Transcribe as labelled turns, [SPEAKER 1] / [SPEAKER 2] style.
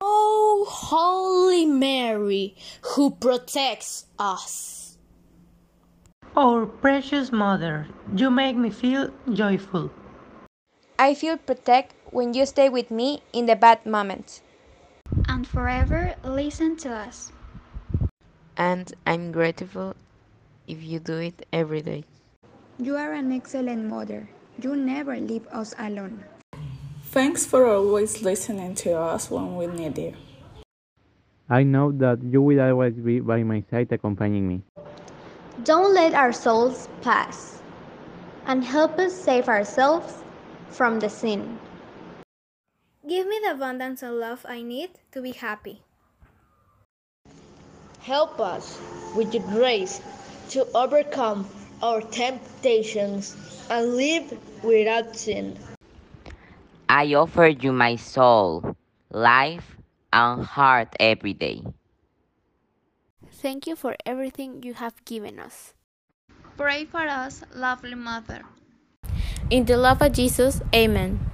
[SPEAKER 1] Oh,
[SPEAKER 2] Holy Mary, who protects us.
[SPEAKER 3] Oh, precious mother, you make me feel joyful.
[SPEAKER 4] I feel protect when you stay with me in the bad moments.
[SPEAKER 5] and forever listen to us.
[SPEAKER 6] And I'm grateful if you do it every day.
[SPEAKER 7] You are an excellent mother. You never leave us alone.
[SPEAKER 8] Thanks for always listening to us when we need you.
[SPEAKER 9] I know that you will always be by my side accompanying me.
[SPEAKER 10] Don't let our souls pass, and help us save ourselves from the sin.
[SPEAKER 11] Give me the abundance of love I need to be happy.
[SPEAKER 1] Help us with your grace to overcome our temptations and live without sin.
[SPEAKER 12] I offer you my soul, life, and heart every day.
[SPEAKER 13] Thank you for everything you have given us.
[SPEAKER 14] Pray for us, lovely Mother.
[SPEAKER 15] In the love of Jesus, Amen.